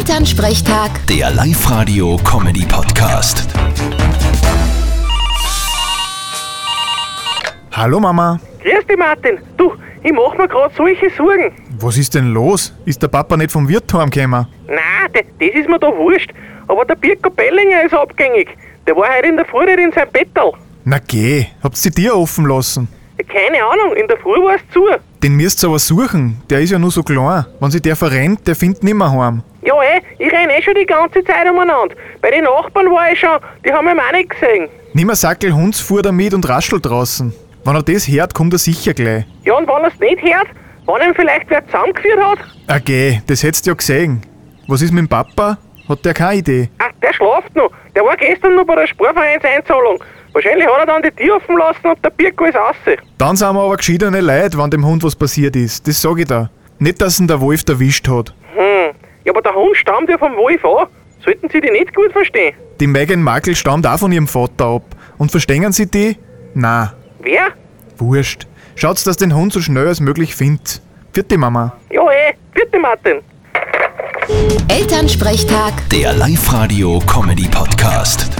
Elternsprechtag, Der Live-Radio-Comedy-Podcast. Hallo Mama, Grüß dich, Martin. Du, ich mach mir grad solche Sorgen. was ist denn los? Ist der Papa nicht vom Wirt heimgekommen? Nein, de- das ist mir da wurscht. Aber der Birko Bellinger ist abgängig. Der war heute in der Früh nicht in seinem Bettel. Na geh, habt sie dir offen lassen? Keine Ahnung, in der Früh war es zu. Den müsst ihr aber suchen, der ist ja nur so klein. Wenn sie der verrennt, der findet nimmer heim. Ja, ey, ich renn eh schon die ganze Zeit umeinander. Bei den Nachbarn war ich schon, die haben ihn auch nicht gesehen. Nimmer Sackel Hundsfuhr damit und raschelt draußen. Wenn er das hört, kommt er sicher gleich. Ja, und wenn er es nicht hört, wenn ihm vielleicht wer zusammengeführt hat, Ah geh, das hättest du ja gesehen. Was ist mit dem Papa? Hat der keine Idee? ach, der schlaft noch. Der war gestern noch bei der Sportvereinseinzahlung. Wahrscheinlich hat er dann die Tür offen lassen und der Birko ist raus. Dann sind wir aber geschiedene Leute, wenn dem Hund was passiert ist. Das sag ich da. Nicht, dass ihn der Wolf erwischt hat. Hm, ja, aber der Hund stammt ja vom Wolf an. Sollten Sie die nicht gut verstehen? Die Megan Markle stammt auch von ihrem Vater ab. Und verstehen Sie die? Na, Wer? wurscht. Schaut's, dass den Hund so schnell als möglich findet. Vierte Mama. Ja, eh. Vierte Martin. Elternsprechtag. Der Live-Radio-Comedy-Podcast.